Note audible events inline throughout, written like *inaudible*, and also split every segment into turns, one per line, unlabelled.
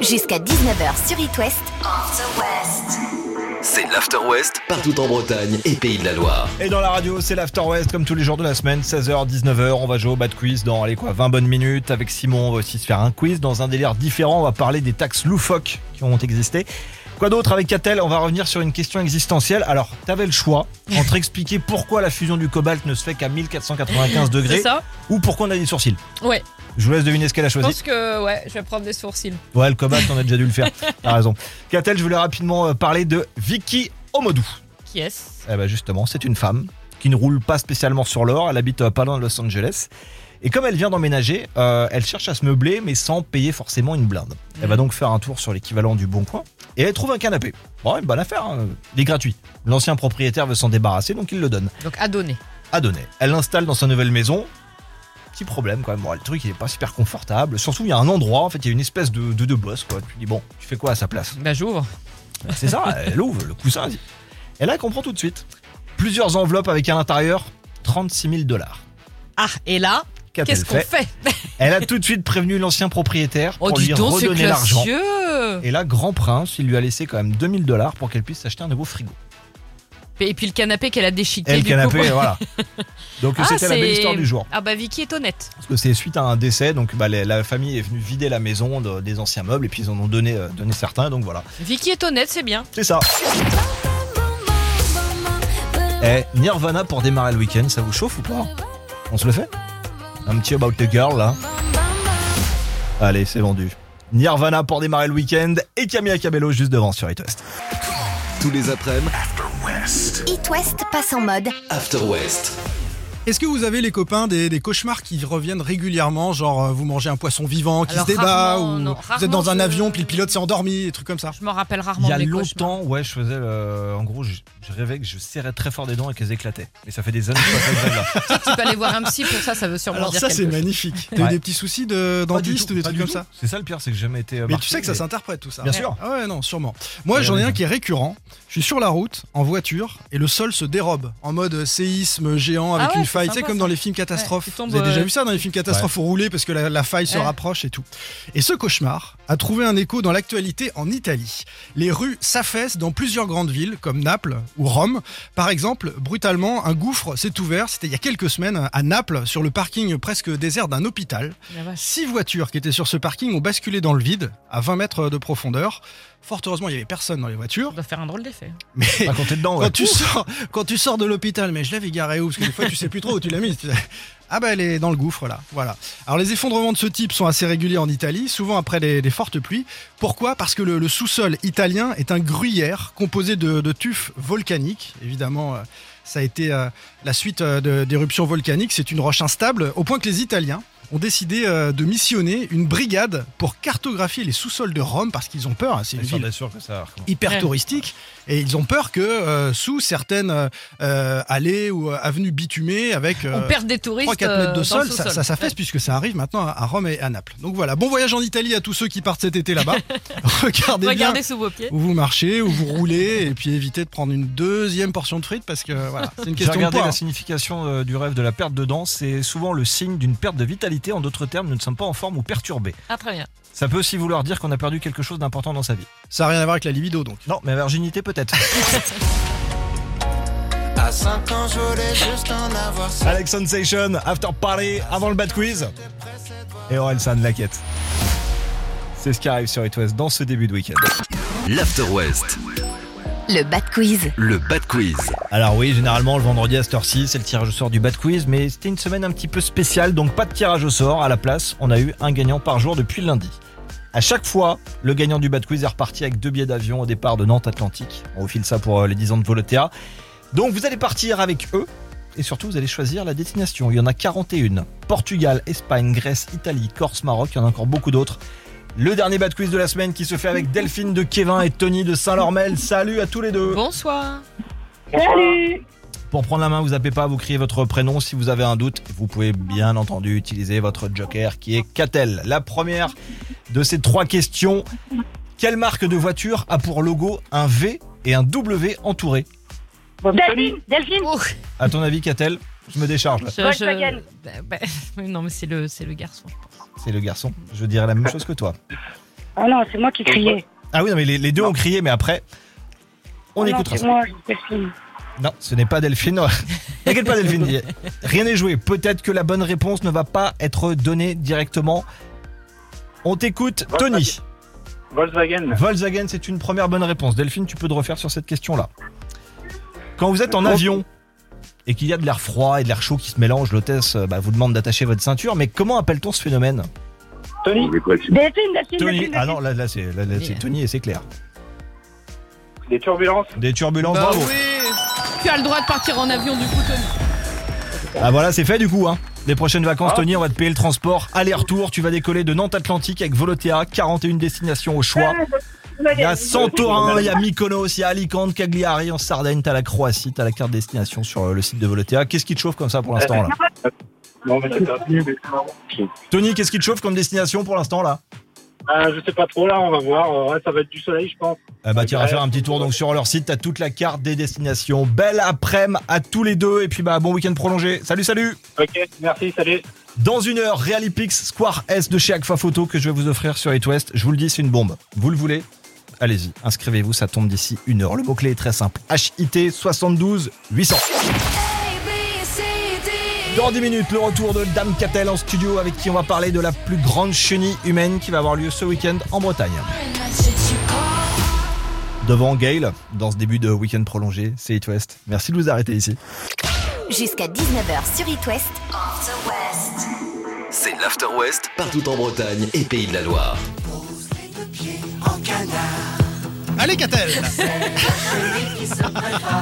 Jusqu'à 19h sur It West.
C'est l'After West partout en Bretagne et Pays de la Loire.
Et dans la radio, c'est l'After West comme tous les jours de la semaine, 16h, 19h. On va jouer au bad quiz dans allez quoi, 20 bonnes minutes. Avec Simon, on va aussi se faire un quiz dans un délire différent. On va parler des taxes loufoques qui ont existé. Quoi d'autre avec Catel On va revenir sur une question existentielle. Alors, t'avais le choix
*laughs*
entre expliquer pourquoi la fusion du cobalt ne se fait qu'à 1495
C'est
degrés
ça
ou pourquoi on a des sourcils.
Ouais.
Je vous laisse deviner ce qu'elle a
Je
choisi.
pense que ouais, je vais prendre des sourcils.
Ouais, le cobalt, on a déjà dû le
*laughs*
faire. T'as raison. Catel, je voulais rapidement euh, parler de Vicky Omodou.
Qui est-ce
Eh ben justement, c'est une femme qui ne roule pas spécialement sur l'or. Elle habite euh, pas loin de Los Angeles. Et comme elle vient d'emménager, euh, elle cherche à se meubler, mais sans payer forcément une blinde. Elle va donc faire un tour sur l'équivalent du Bon Coin et elle trouve un canapé. Bon, une bonne affaire, hein. il est gratuit. L'ancien propriétaire veut s'en débarrasser, donc il le donne.
Donc à donner.
À donner. Elle l'installe dans sa nouvelle maison. Petit problème quand même. Bon, le truc, il est pas super confortable. Surtout, il y a un endroit, en fait, il y a une espèce de, de, de bosse. Quoi. Tu dis, bon, tu fais quoi à sa place
Bah j'ouvre.
c'est ça, elle ouvre le coussin. elle dit. Et là, elle comprend tout de suite. Plusieurs enveloppes avec à l'intérieur 36 000 dollars.
Ah et là,
Qu'a-t-elle
qu'est-ce qu'on
fait *laughs*
fait
Elle a tout de suite prévenu l'ancien propriétaire
Oh
pour
dis
lui
donc, c'est
redonner l'argent.
classieux.
Et là, grand prince, il lui a laissé quand même 2000 dollars pour qu'elle puisse s'acheter un nouveau frigo.
Et puis le canapé qu'elle a déchiqué
Et le
du
canapé,
coup.
voilà. Donc
Ah,
c'était la belle
c'est-
histoire du jour.
Ah bah Vicky est honnête.
Parce que c'est suite à un décès, donc bah, les- la famille est venue vider la maison de- des anciens meubles et puis ils en ont donné, euh, donné certains, donc voilà.
Vicky est honnête, c'est bien.
C'est ça. Eh, Nirvana pour démarrer le week-end, ça vous chauffe ou pas On se le fait Un petit About the Girl là Allez, c'est vendu. Nirvana pour démarrer le week-end et Camilla Cabello juste devant sur It West.
Tous les après-midi,
It West passe en mode
After West.
Est-ce que vous avez les copains des, des cauchemars qui reviennent régulièrement, genre euh, vous mangez un poisson vivant qui
Alors,
se débat
rarement,
ou
non,
vous êtes dans
rarement,
un
je-
avion puis le pilote s'est endormi, des trucs comme ça
Je m'en rappelle
Il
rarement.
y a
des cauchemars.
longtemps, ouais, je faisais le- En gros, je, je rêvais que je serrais très fort des dents et qu'elles éclataient. Et ça fait des années que je fais ce rêve-là.
Tu peux aller voir un psy pour ça, ça veut sûrement
Alors
dire
ça c'est
quelque chose.
magnifique. T'as
Ouais.
eu des petits soucis de
Pas du
dentiste
tout,
ou des
pas
trucs
du
comme
tout.
ça
C'est ça le pire, c'est que j'ai jamais été. euh,
Mais
marqué,
tu sais que ça s'interprète tout ça.
Bien sûr.
Ah ouais non sûrement. Moi
Ouais,
j'en ai
ouais,
un
ouais.
qui est récurrent. Je suis sur la route en voiture et le sol se dérobe en mode euh, séisme géant avec
Ah ouais,
une faille,
c'est
tu sais
sympa,
comme
ça.
dans les films catastrophes.
Ouais, tu tombes,
Vous avez déjà
euh,
vu ça dans les films catastrophes où rouler parce que la, la faille se
Ouais.
rapproche et tout. Et ce cauchemar a trouvé un écho dans l'actualité en Italie. Les rues s'affaissent dans plusieurs grandes villes comme Naples ou Rome. Par exemple, brutalement, un gouffre s'est ouvert, c'était il y a quelques semaines à Naples sur le parking presque désert d'un hôpital.
La vache.
Six voitures qui étaient sur ce parking ont basculé dans le vide, à 20 mètres de profondeur. Fort heureusement, il n'y avait personne dans les voitures.
Ça doit faire un drôle d'effet.
Mais
Raconté dedans, ouais.
quand, tu sors, quand tu sors de l'hôpital, mais je l'avais garé où Parce que des fois, tu sais plus trop où tu l'as mis. Ah bah elle est dans le gouffre là, voilà. Alors les effondrements de ce type sont assez réguliers en Italie, souvent après des, des fortes pluies. Pourquoi Parce que le, le sous-sol italien est un gruyère composé de, de tufs volcaniques. Évidemment, euh, ça a été euh, la suite euh, de- d'éruptions volcaniques. C'est une roche instable au point que les Italiens ont décidé euh, de missionner une brigade pour cartographier les sous-sols de Rome parce qu'ils ont peur. hein, C'est une
Histoire
ville
d'être sûr que ça recommence.
hyper
Ouais.
touristique et ils ont peur que euh, sous certaines euh, euh, allées ou euh, avenues bitumées avec euh,
On perd des touristes.
3-4
euh,
mètres de
dans le
sol, ça,
sous-sol.
ça s'affaisse puisque ça arrive maintenant à- à Rome et à Naples. Donc voilà, bon voyage en Italie à tous ceux qui partent cet été là-bas.
*laughs*
Regardez, bien
Regardez sous vos pieds.
où vous marchez, où vous roulez et puis évitez de prendre une deuxième portion de frites parce que voilà, c'est une
J'ai
question de
regardé
poids.
la signification euh, du rêve de la perte de dents, c'est souvent le signe d'une perte de vitalité. En d'autres termes, nous ne sommes pas en forme ou perturbés.
Ah très bien.
Ça peut aussi vouloir dire qu'on a perdu quelque chose d'important dans sa vie.
hein. Ça n'a rien à voir avec la libido donc.
Non, mais la virginité peut-être.
*laughs* À 5 ans, je voulais juste en avoir cinq.
Alex Sensation, After Party, avant le bad quiz. Et Orelsan, la quête. C'est ce qui arrive sur It West dans ce début de week-end.
L'After West,
le bad quiz.
le Bad Quiz.
Alors oui, généralement le vendredi à cette heure-ci, c'est le tirage au sort du bad quiz, mais c'était une semaine un petit peu spéciale, donc pas de tirage au sort. À la place, on a eu un gagnant par jour depuis le lundi. À chaque fois, le gagnant du bad quiz est reparti avec deux billets d'avion au départ de Nantes Atlantique. On vous file ça pour euh, les 10 ans de Volotea. Donc vous allez partir avec eux et surtout vous allez choisir la destination. Il y en a 41. Portugal, Espagne, Grèce, Italie, Corse, Maroc, il y en a encore beaucoup d'autres. Le dernier bad quiz de la semaine qui se fait avec Delphine de Kévin et Tony de Saint-Lormel. Salut à tous les deux.
Bonsoir.
Pour prendre la main, vous appelez pas, vous criez votre prénom. Si vous avez un doute, vous pouvez bien entendu utiliser votre joker qui est Catel. La première de ces trois questions. Quelle marque de voiture a pour logo un V et un W entouré
Delphine, Delphine,
Oh,
À ton avis, Catel Je me décharge là.
je- je-
Volkswagen.
*laughs* Bah, bah, non mais c'est le c'est le garçon.
C'est le garçon. Je dirais la même chose que toi.
Ah non, c'est moi qui criais.
Ah oui, non, mais les, les deux ont crié, mais après, on
Ah non,
écoutera
c'est
ça.
moi, je suis.
Non, ce n'est pas Delphine. T'inquiète pas, Delphine. Rien n'est joué. Peut-être que la bonne réponse ne va pas être donnée directement. On t'écoute, Tony.
Volkswagen,
Volkswagen, c'est une première bonne réponse. Delphine, tu peux te refaire sur cette question-là. Quand vous êtes en avion et qu'il y a de l'air froid et de l'air chaud qui se mélangent, l'hôtesse euh, bah, vous demande d'attacher votre ceinture. Mais comment appelle-t-on ce phénomène
Tony,
Delphine, Delphine,
Tony.
Delphine,
Ah
Delphine.
non, là, là, c'est là, là, c'est Tony et c'est clair.
des turbulences,
Des turbulences,
Bah
bravo.
oui. Tu as le droit de partir en avion du coup, Tony.
Ah voilà, c'est fait du coup. Hein. Les prochaines vacances, Tony, on va te payer le transport. Aller-retour, tu vas décoller de Nantes Atlantique avec Volotea, 41 destinations au choix. Il y a Santorin, il y a Mykonos, il y a Alicante, Cagliari, en Sardaigne, t'as la Croatie, t'as la carte destination sur euh, le site de Volotea. Qu'est-ce qui te chauffe comme ça pour l'instant *laughs* là
non mais c'est pas
Tony, qu'est-ce qui te chauffe comme destination pour l'instant là
Ah, je sais pas trop là, on va voir. Euh, ouais, ça va être du soleil, je pense.
Eh bah t'iras faire un petit tour donc sur leur site, t'as toute la carte des destinations. Belle après-midi à tous les deux et puis bah bon week-end prolongé. Salut salut
Ok, merci, salut.
Dans une heure, Realipix Square S de chez Agfa Photo que je vais vous offrir sur It West. Je vous le dis, c'est une bombe. Vous le voulez Allez-y, inscrivez-vous, ça tombe d'ici une heure. Le mot-clé est très simple. HIT 72 800. Dans 10 minutes, le retour de Dame Catel en studio avec qui on va parler de la plus grande chenille humaine qui va avoir lieu ce week-end en Bretagne. Devant Gail, dans ce début de week-end prolongé, c'est It West. Merci de vous arrêter ici.
Jusqu'à 19h sur It West.
C'est l'After West partout en Bretagne et Pays de la Loire.
Allez, Catel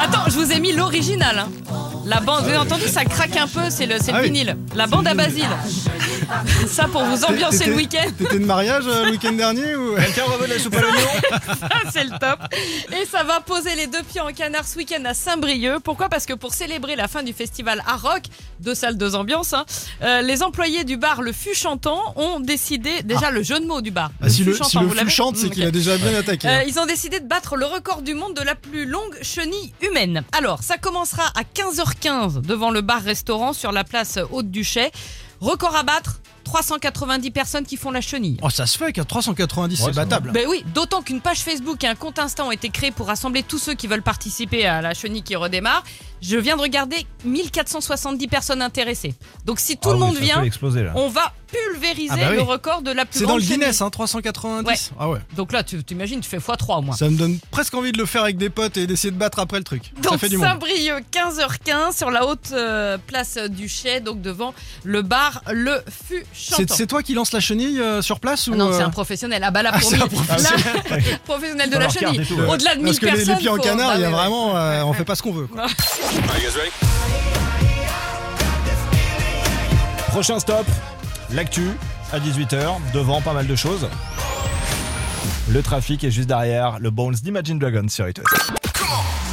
Attends, je vous ai mis l'original. hein. La bande, vous avez entendu, ça craque un peu, c'est le, c'est le
Ah oui.
vinyle. La bande à Basile. *laughs* ça pour vous ambiancer le
T'étais-
week-end. *laughs*
T'étais de mariage euh, le week-end dernier ou
Quelqu'un reveut la soupe à l'oignon
Ah, c'est le top. Et ça va poser les deux pieds en canard ce week-end à Saint-Brieuc. Pourquoi Parce que pour célébrer la fin du festival à Rock, deux salles, deux ambiances, hein, euh, les employés du bar Le Fût Chantant ont décidé, déjà le jeu de mots du bar.
Ah, Si le,
Fût
si le
vous
fou
l'avez
chante, c'est
Mm,
qu'il
ok.
a déjà bien attaqué.
Euh,
hein.
ils ont décidé de battre le record du monde de la plus longue chenille humaine. Alors, ça commencera à 15h15 devant le bar-restaurant sur la place Haute-Duché. Record à battre 390 personnes qui font la chenille.
Oh, ça se fait qu'à 390,
Ouais,
c'est
ça va.
battable.
Ben oui, d'autant qu'une page Facebook et un compte Insta ont été créés pour rassembler tous ceux qui veulent participer à la chenille qui redémarre. Je viens de regarder 1470 personnes intéressées. Donc si tout
Ah
le
oui,
monde
ça peut
vient,
l'exploser, là.
on va pulvériser
Ah bah oui.
le record de la plus
C'est dans
grande
le
chenille.
Guinness, hein, 390.
Ouais.
Ah ouais.
Donc là, tu t'imagines, tu fais x3 au moins.
Ça me donne presque envie de le faire avec des potes et d'essayer de battre après le truc. ça
Donc
fait du monde.
Saint-Brieuc, 15h15 sur la haute euh, place du Chais, donc devant le bar Le Fût
C'est
Chantant.
c'est toi qui lance la chenille euh, sur place ou
Ah non, c'est
euh,
un professionnel. Ah bah là,
*laughs* Ah,
pour
c'est un
mille-
professionnel.
*laughs*
*laughs*
là, professionnel de
Faut
la
leur carte
chenille.
et tout, ouais.
Au-delà de 1000
Parce que les,
personnes.
les pieds en
faut-
canard,
bah
il y a
ouais, ouais.
vraiment, euh, on fait pas ce qu'on
*laughs*
veut. quoi.
Prochain stop, l'actu à 18h, devant pas mal de choses. Le trafic est juste derrière le Bones d'Imagine Dragons sur E It West.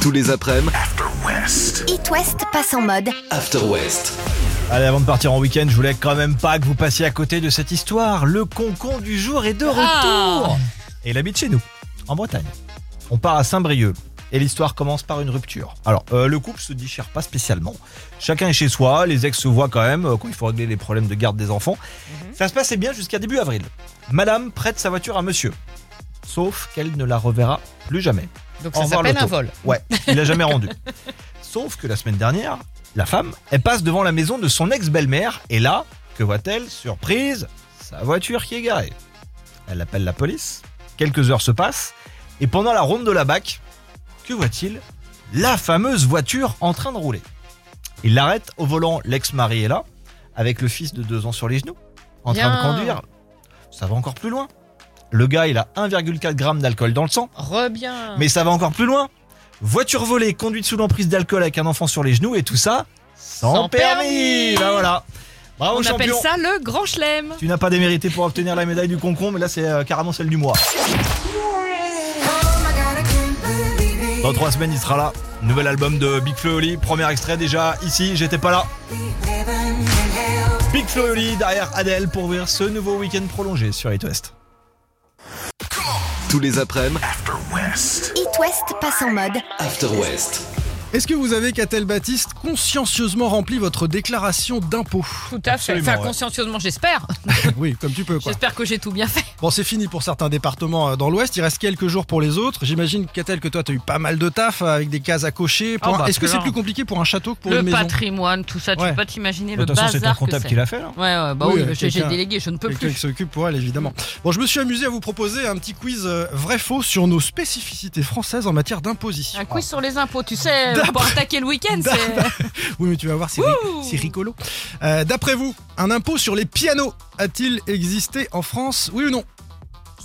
Tous les après-midi,
It West passe en mode.
After West.
Allez, avant de partir en week-end, je voulais quand même pas que vous passiez à côté de cette histoire. Le concon du jour est de retour.
Ah.
Et il habite chez nous, en Bretagne. On part à Saint-Brieuc. Et l'histoire commence par une rupture. Alors, euh, le couple se déchire pas spécialement. Chacun est chez soi, les ex se voient quand même euh, quand il faut régler les problèmes de garde des enfants. Ça se passait bien jusqu'à début avril. Madame prête sa voiture à monsieur. Sauf qu'elle ne la reverra plus jamais.
Donc
Au
ça
revoir,
s'appelle
l'auto.
un vol.
Ouais, il l'a jamais rendu. Sauf que la semaine dernière, la femme, elle passe devant la maison de son ex-belle-mère et là, que voit-elle Surprise, sa voiture qui est garée. Elle appelle la police. Quelques heures se passent et pendant la ronde de la BAC, que voit-il La fameuse voiture en train de rouler. Il l'arrête au volant, l'ex-mari est là, avec le fils de deux ans sur les genoux, en train
Bien.
de conduire. Ça va encore plus loin. Le gars, il a 1,4 g d'alcool dans le sang.
Rebien.
Mais ça va encore plus loin. Voiture volée, conduite sous l'emprise d'alcool avec un enfant sur les genoux et tout ça sans,
Sans
permis.
permis.
Bah voilà. Bravo
on
champion.
appelle ça le grand chelem.
Tu n'as pas démérité pour obtenir la médaille du concombre, mais là c'est euh, carrément celle du mois. Dans trois semaines, il sera là. Nouvel album de Big Flo et Oli, premier extrait déjà ici, j'étais pas là. Big Flo et Oli derrière Adèle pour ouvrir ce nouveau week-end prolongé sur It West.
Tous les après-midi,
It West passe en mode.
After West.
Est-ce que vous avez, Catel Baptiste, consciencieusement rempli votre déclaration
*laughs*
d'impôt
Tout à fait.
Absolument,
Enfin,
ouais.
consciencieusement, j'espère.
Oui, comme tu peux, quoi.
J'espère que j'ai tout bien fait.
Bon, c'est fini pour certains départements euh, dans l'Ouest. Il reste quelques jours pour les autres. J'imagine, Catel, que toi, t'as eu pas mal de taf euh, avec des cases à cocher. pour
Ah
un-
bah,
Est-ce que c'est
plein.
plus compliqué pour un château que pour
le
une maison
patrimoine, tout ça, tu
Ouais.
peux pas t'imaginer
De
le
toute façon, c'est ton
bazar que
comptable qui
c'est.
l'a fait, là.
Ouais, ouais, bah
Oui,
oui,
euh,
j'ai j'ai
quelqu'un-
délégué, je ne peux
Quelqu'un
plus.
qui s'occupe pour elle, évidemment. Bon, je me suis amusé à vous proposer un petit quiz euh, vrai-faux sur nos spécificités françaises en matière d'imposition.
Un quiz sur les impôts, tu sais,
D'après-
pour attaquer le week-end, c'est.
Oui, mais tu vas voir, c'est ri-
Ouh.
c'est rigolo. Euh, D'après vous, un impôt sur les pianos a-t-il existé en France Oui ou non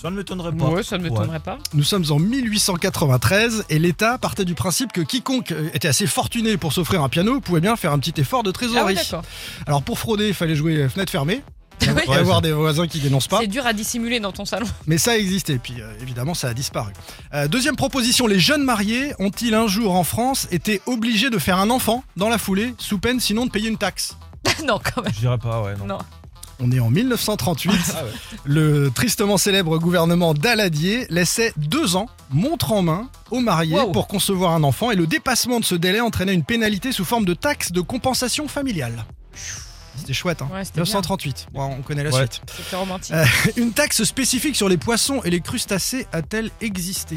Ça ne m'étonnerait pas.
ça ne
m'étonnerait
pas.
Nous sommes en 1893 et l'État partait du principe que quiconque euh, était assez fortuné pour s'offrir un piano pouvait bien faire un petit effort
Ah
de
oui,
trésorerie.
d'accord.
Alors pour frauder, il fallait jouer euh, fenêtre fermée.
*laughs* Oui.
Il y avoir des voisins qui dénoncent pas.
C'est dur à dissimuler dans ton salon. *laughs*
Mais ça existait, puis euh, évidemment ça a disparu. Euh, deuxième proposition, les jeunes mariés ont-ils un jour en France été obligés de faire un enfant dans la foulée, sous peine sinon de payer une taxe
non, quand même.
Je dirais pas, ouais, non.
Non.
On est
*laughs*
en 1938,
Ah
le tristement célèbre gouvernement d'Aladier laissait deux ans, montre en main, aux mariés
Wow.
pour concevoir un enfant, et le dépassement de ce délai entraînait une pénalité sous forme de taxe de compensation familiale. C'était chouette, hein
Ouais, c'était bien.
1938, Bon, on connaît la
Ouais.
suite.
C'était
Euh,
romantique.
Une taxe spécifique sur les poissons et les crustacés a-t-elle existé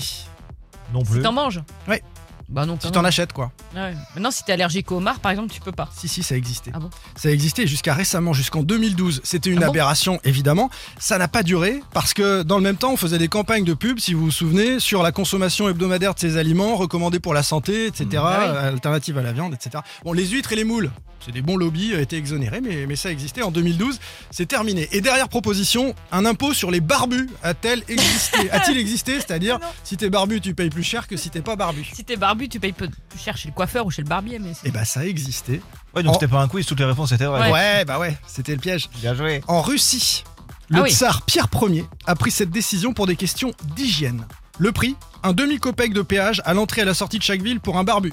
Non plus.
T'en manges
Ouais.
Bah non,
Si
quand
t'en
même.
achètes, quoi.
Ouais. Maintenant, si t'es allergique au homard, par exemple, tu peux pas.
Si, si, ça a existé.
Ah bon
ça a existé jusqu'à récemment, jusqu'en 2012. C'était une
Ah bon
aberration, évidemment. Ça n'a pas duré parce que dans le même temps, on faisait des campagnes de pub, si vous vous souvenez, sur la consommation hebdomadaire de ces aliments recommandés pour la santé, etc.
Ah oui.
euh, Alternatives à la viande, etc. Bon, les huîtres et les moules, c'est des bons lobbies, euh, étaient exonérés, mais, mais ça existait en 2012. C'est terminé. Et dernière proposition, un impôt sur les barbus a-t-elle
*laughs*
existé A-t-il existé C'est-à-dire,
Non.
si t'es barbu, tu payes plus cher que si t'es pas barbu.
Si t'es barbu, tu payes peu plus cher chez le coiffeur ou chez le barbier, mais c'est.
Eh ben, ça a existé.
Ouais, donc
Oh.
c'était pas un quiz, toutes les réponses étaient vraies.
Ouais.
Ouais, bah ouais, c'était le piège.
Bien joué.
En Russie, le
Ah oui.
tsar Pierre Ier a pris cette décision pour des questions d'hygiène. Le prix Un demi-copec de péage à l'entrée et à la sortie de chaque ville pour un barbu.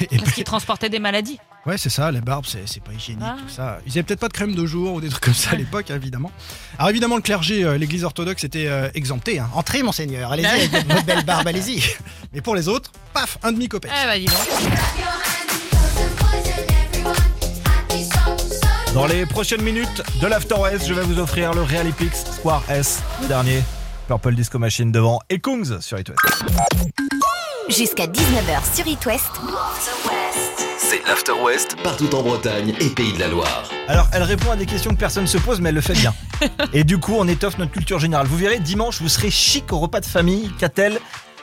Et
Parce
puis-
qu'il transportait des
*laughs*
maladies.
ouais, c'est ça, les barbes, c'est c'est pas hygiénique,
Ah.
tout ça. Ils avaient peut-être pas de crème de jour ou des trucs comme ça à l'époque, évidemment. Alors évidemment, le clergé, euh, l'église orthodoxe était euh, exemptée. hein. Entrez, monseigneur, allez-y, avec votre votre belle
*laughs*
barbe, allez-y. Mais pour les autres, paf, un demi-copec.
Eh bah dis donc.
Dans les prochaines minutes de l'After West, je vais vous offrir le Realipix Square S, le dernier. Purple Disco Machine devant et Kungs sur It West.
Jusqu'à 19h sur It West.
C'est l'After West partout en Bretagne et Pays de la Loire.
Alors, elle répond à des questions que personne ne se pose, mais elle le fait *laughs* bien. et du coup, on étoffe notre culture générale. Vous verrez, dimanche, vous serez chic au repas de famille. Qu'a-t-elle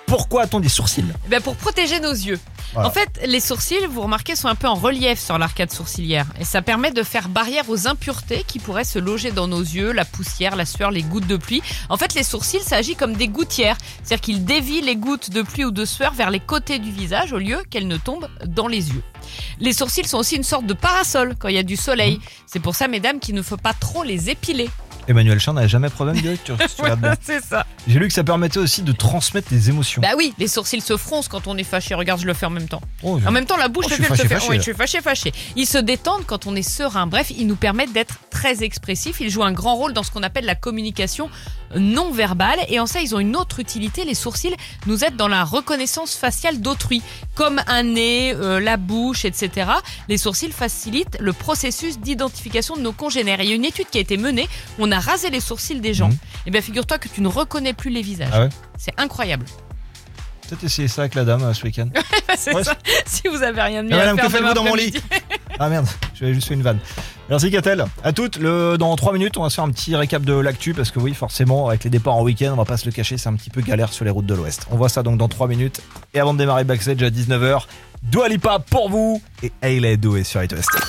Pourquoi a-t-on des sourcils
Eh ben, pour protéger nos yeux.
Voilà.
En fait, les sourcils, vous remarquez, sont un peu en relief sur l'arcade sourcilière. Et ça permet de faire barrière aux impuretés qui pourraient se loger dans nos yeux, la poussière, la sueur, les gouttes de pluie. En fait, les sourcils, ça agit comme des gouttières. C'est-à-dire qu'ils dévient les gouttes de pluie ou de sueur vers les côtés du visage au lieu qu'elles ne tombent dans les yeux. Les sourcils sont aussi une sorte de parasol quand il y a du soleil. C'est pour ça, mesdames, qu'il ne faut pas trop les épiler.
Emmanuel Chan n'a jamais problème de lecture. *laughs* si tu regardes bien.
c'est ça.
J'ai lu que ça permettait aussi de transmettre des émotions.
Bah oui, les sourcils se froncent quand on est fâché. Regarde, je le fais en même temps.
Oh, je-
En même temps, la bouche,
Oh,
le
je suis
fait, elle
fâché,
se fait.
fâché,
Oui,
là.
je suis fâché, fâché. Ils se détendent quand on est serein. Bref, ils nous permettent d'être très expressifs. Ils jouent un grand rôle dans ce qu'on appelle la communication non verbale. Et en ça, ils ont une autre utilité. Les sourcils nous aident dans la reconnaissance faciale d'autrui, comme un nez, euh, la bouche, etc. Les sourcils facilitent le processus d'identification de nos congénères. Et Il y a une étude qui a été menée. On a rasé les sourcils des gens.
Mhm.
Et bien, figure-toi que tu ne reconnais plus les visages.
Ah ouais
C'est incroyable. *laughs*
Peut-être essayer ça avec la dame euh, ce week-end.
C'est
Ouais. Ah
ça. Si vous avez rien de mieux
Et
à
madame,
faire
que faites-vous
demain
dans mon lit
après-midi.
Ah merde, j'avais juste fait une vanne. Merci Catel. À toutes. Le, dans 3 minutes, on va se faire un petit récap de l'actu parce que oui, forcément, avec les départs en week-end, on va pas se le cacher, c'est un petit peu galère sur les routes de l'Ouest. On voit ça donc dans 3 minutes. Et avant de démarrer Backstage à 19h, Dua Lipa pour vous et Hayley Doué sur It West.